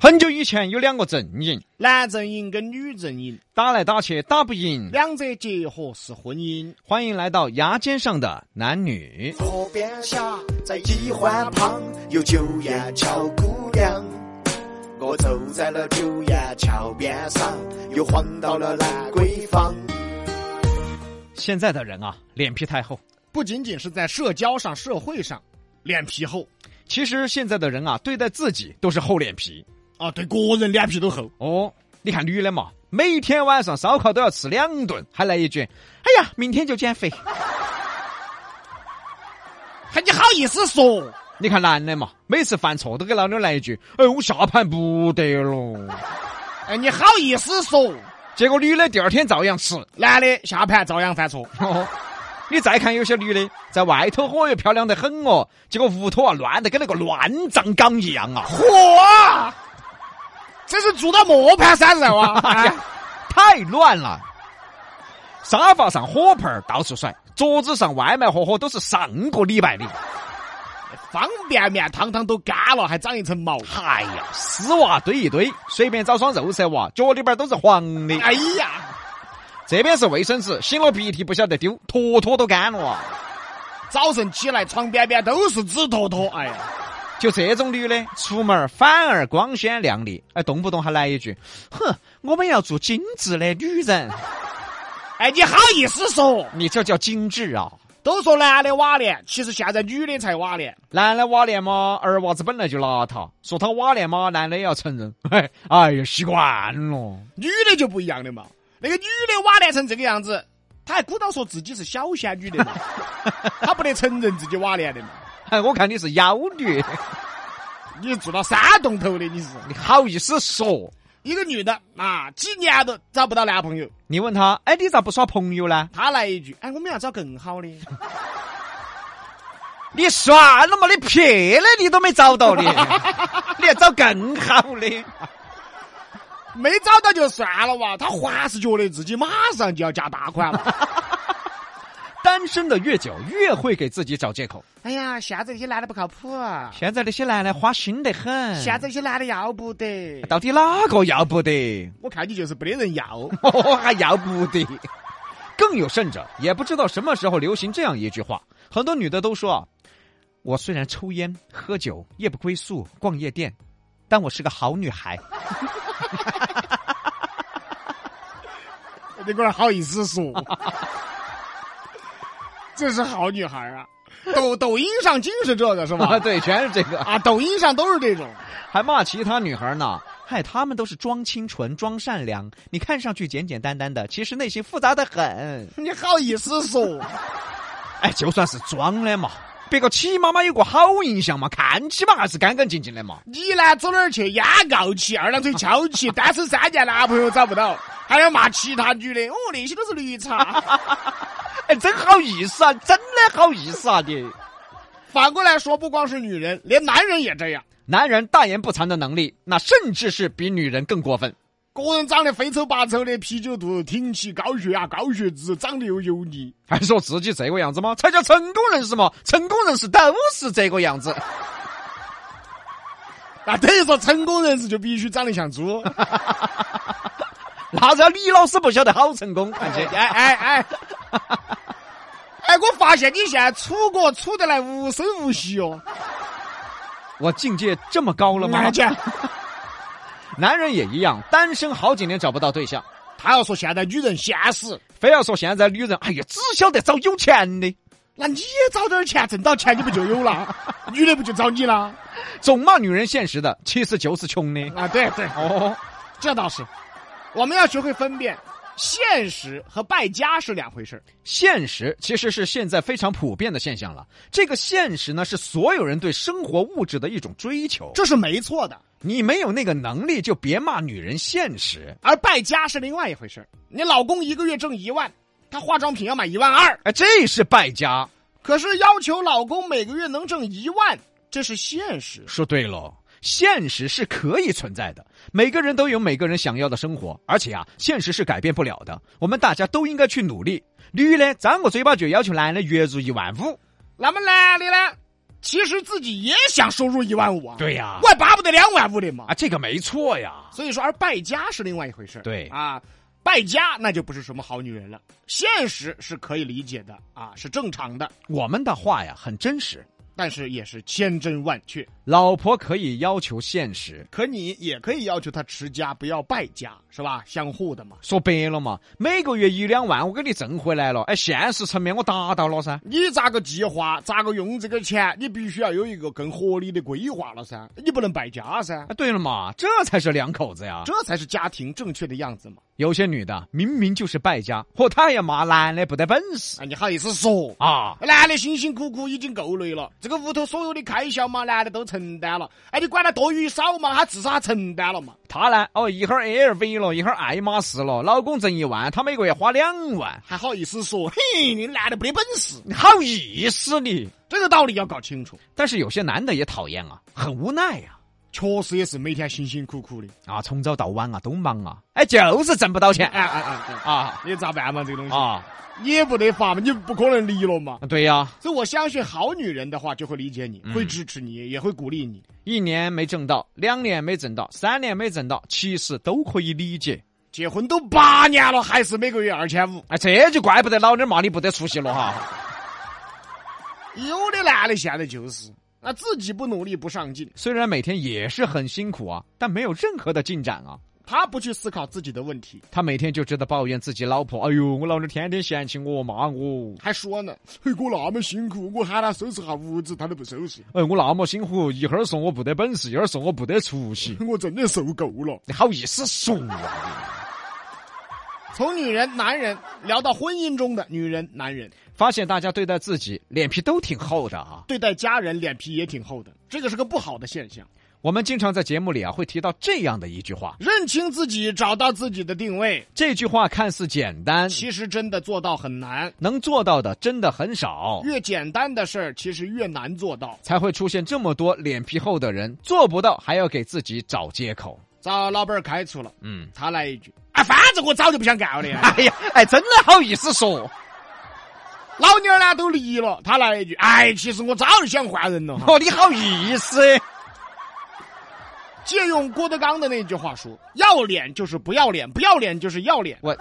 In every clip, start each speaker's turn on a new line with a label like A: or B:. A: 很久以前有两个阵营，
B: 男阵营跟女阵营
A: 打来打去打不赢。
B: 两者结合是婚姻。
A: 欢迎来到牙尖上的男女。
C: 路边下，在一环旁有九眼桥姑娘。我走在了九眼桥边上，又晃到了兰桂坊。
A: 现在的人啊，脸皮太厚。
B: 不仅仅是在社交上、社会上，脸皮厚
A: 其实现在的人啊，对待自己都是厚脸皮。
B: 啊，对个人脸皮都厚。
A: 哦，你看女的嘛，每天晚上烧烤都要吃两顿，还来一句：“哎呀，明天就减肥。
B: 还你好意思说？”
A: 你看男的嘛，每次犯错都给老妞来一句：“哎，我下盘不得了。
B: 哎，你好意思说？”
A: 结果女的第二天照样吃。
B: 男的下盘照样犯错。
A: 哦，你再看有些女的在外头嚯哟漂亮得很哦，结果屋头啊乱得跟那个乱葬岗一样啊。
B: 嚯，这是住到磨盘山上啊！
A: 哎呀，太乱了！沙发上火盆儿到处甩，桌子上外卖盒盒都是上个礼拜的。
B: 哎方便面汤汤都干了，还长一层毛。
A: 哎呀，丝袜堆一堆，随便找双肉色袜，脚底板都是黄的。
B: 哎呀，
A: 这边是卫生纸，擤了鼻涕不晓得丢，坨坨都干了啊！
B: 早晨起来床边边都是纸坨坨。哎呀，
A: 就这种女的，出门儿反而光鲜亮丽，哎，动不动还来一句：“哼，我们要做精致的女人。
B: 哎，你好意思说？”
A: 你这叫精致啊！
B: 都说男的瓦脸，其实现在女的才瓦脸。
A: 男的瓦脸嘛，儿娃子本来就邋遢，说他瓦脸嘛，男的也要承认。哎，哎呀，习惯了。
B: 女的就不一样的嘛。那个女的瓦脸成这个样子，她还鼓捣说自己是小仙女的 嘛，她不得承认自己瓦脸的嘛。
A: 哎，我看你是妖女，
B: 你住到山洞头的，你是
A: 你好意思说？
B: 一个女的啊，几年都找不到男朋友，
A: 你问他，哎，你咋不耍朋友呢？
B: 她来一句：“哎，我们要找更好的。
A: 你算了嘛，你撇的你都没找到的， 你要找更好的。”
B: 没找到就算了哇，她还是觉得自己马上就要嫁大款了。
A: 单身的越久，越会给自己找借口。
B: 哎呀，现在这些男的不靠谱啊，
A: 现在那些男的花心得很，
B: 现在这些男的要不得。
A: 到底哪个要不得？
B: 我看你就是没得人要。
A: 我还要不得。更有甚者，也不知道什么时候流行这样一句话，很多女的都说啊，我虽然抽烟、喝酒、夜不归宿、逛夜店，但我是个好女孩。？
B: 你个儿好意思说？这是好女孩啊！抖抖音上尽是这个是吧
A: 对，全是这个，
B: 啊，抖音上都是这种。
A: 还骂其他女孩呢。嗨，她们都是装清纯、装善良，你看上去简简单单的，其实内心复杂的很。
B: 你好意思说？
A: 哎，就算是装的嘛，别个起码嘛有个好印象嘛，看起码还是干干净净的嘛。
B: 你呢？走哪儿去？烟告起，二郎腿翘起，单身三年男朋友找不到，还要骂其他女的。哦，那些都是绿 茶。
A: 哎，真好意思啊，真的好意思啊你。
B: 反过来说，不光是女人，连男人也这样。
A: 男人大言不惭的能力，那甚至是比女人更过分。
B: 个人长得非丑八丑的，啤酒肚、挺起、高血压、高血脂，长得又油腻。
A: 还说自己这个样子吗？才叫成功人士嘛！成功人士都是这个样子。
B: 那啊等于说，成功人士就必须长得像猪。
A: 那这李老师不晓得好成功，看起
B: 哎哎哎！哎，我发现你现在出国出得来无声无息哦，哎
A: 我境界这么 高了吗
B: 安？姐，
A: 男人也一样，单身好几年找不到对象，
B: 他要说现在女人现实，
A: 非要说现在女人，哎呀，只晓得找有钱的，
B: 那你也找点钱，挣到钱你不就有了？女的不就找你了？
A: 总骂女人现实的，其实就是穷的。
B: 啊，对对，
A: 哦，
B: 这倒是，我们要学会分辨现实和败家是两回事儿。
A: 现实其实是现在非常普遍的现象了。这个现实呢，是所有人对生活物质的一种追求。
B: 这是没错的。
A: 你没有那个能力，就别骂女人现实。
B: 而败家是另外一回事儿。你老公一个月挣一万，他化妆品要买一万二，
A: 哎，这是败家。
B: 可是要求老公每个月能挣一万，这是现实。
A: 说对喽，现实是可以存在的，每个人都有每个人想要的生活，而且啊，现实是改变不了的。我们大家都应该去努力。女的张个嘴巴就要求男的月入一万五，
B: 那么男的呢？其实自己也想收入一万五啊，
A: 对呀
B: 我还巴不得两万五的嘛。
A: 啊，这个没错呀。
B: 所以说，而败家是另外一回事儿。
A: 对
B: 啊，败家那就不是什么好女人了。现实是可以理解的啊，是正常的，
A: 我们的话呀很真实，
B: 但是也是千真万确。
A: 老婆可以要求现实，
B: 可你也可以要求他持家，不要败家，是吧？相互的嘛。
A: 说白了嘛，每个月一两万我给你挣回来了，哎，现实层面我达到了噻。
B: 你咋个计划，咋个用这个钱，你必须要有一个更合理的规划了噻，你不能败家噻，
A: 啊，对了嘛，这才是两口子呀。
B: 这才是家庭正确的样子嘛。
A: 有些女的明明就是败家，嚯，她也骂男的不得本事
B: 啊，你好意思说？
A: 啊。
B: 男的辛辛苦苦已经够累了，这个屋头所有的开销嘛，男的都承担了。哎，你管他多与少嘛，他至少他承担了嘛。
A: 她呢，哦，一会儿 LV 了，一会儿爱马仕了，老公挣一万，她每个月花两万，
B: 还好意思说，嘿，你男的没得本事，
A: 你好意思你？
B: 这个道理要搞清楚。
A: 但是有些男的也讨厌啊，很无奈呀、
B: 确实也是每天辛辛苦苦的。
A: 啊，从早到晚啊都忙啊，哎，就是挣不到钱
B: 哎哎哎，
A: 啊
B: 哎你咋办嘛？这个东西，
A: 啊，
B: 你也不得法嘛，你不可能离了嘛。
A: 对呀、
B: 所以我相信好女人的话，就会理解你，会支持你，也会鼓励你。
A: 一年没挣到，两年没挣到，三年没挣到，其实都可以理解。
B: 结婚都八年了，还是每个月二千五。
A: 哎，这就怪不得老娘骂你不得出息了 哈。
B: 有的男的现在就是，那自己不努力不上进，
A: 虽然每天也是很辛苦啊，但没有任何的进展啊。
B: 他不去思考自己的问题，
A: 他每天就知道抱怨自己老婆，哎呦，我老娘天天嫌弃我，骂我，
B: 还说呢，嘿，我那么辛苦，我喊他收拾下屋子，他都不收拾，
A: 哎，我那么辛苦，一会儿说我不得本事，一会儿说我不得出息，
B: 我真的受够了。
A: 你好意思说啊？
B: 从女人、男人聊到婚姻中的女人、男人，
A: 发现大家对待自己脸皮都挺厚的啊。
B: 对待家人脸皮也挺厚的，这个是个不好的现象。
A: 我们经常在节目里啊会提到这样的一句话，
B: 认清自己，找到自己的定位，
A: 这句话看似简单，
B: 其实真的做到很难。
A: 能做到的真的很少，
B: 越简单的事儿，其实越难做到。
A: 才会出现这么多脸皮厚的人，做不到还要给自己找借口。
B: 遭老板儿开除了，
A: 嗯，
B: 他来一句：“啊，反正我早就不想干了呀。
A: 哎呀，哎，真的好意思说，
B: 老娘儿呢都离了，他来一句：“哎，其实我早就想换人了。”哈。
A: 哦，你好意思，
B: 借用郭德纲的那句话说：“要脸就是不要脸，不要脸就是要脸。
A: 我，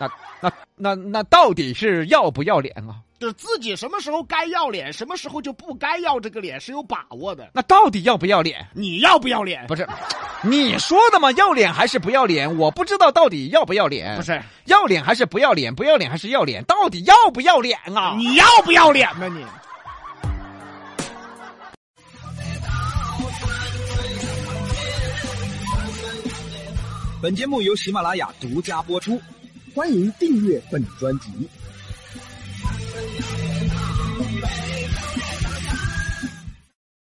A: 那那那那到底是要不要脸啊？”
B: 就是自己什么时候该要脸，什么时候就不该要这个脸是有把握的。
A: 那到底要不要脸？
B: 你要不要脸？
A: 不是，你说的嘛，要脸还是不要脸？我不知道到底要不要脸，
B: 不是
A: 要脸还是不要脸，不要脸还是要脸，到底要不要脸啊？
B: 你要不要脸呢？你
D: 本节目由喜马拉雅独家播出。
E: 欢迎订阅本专辑。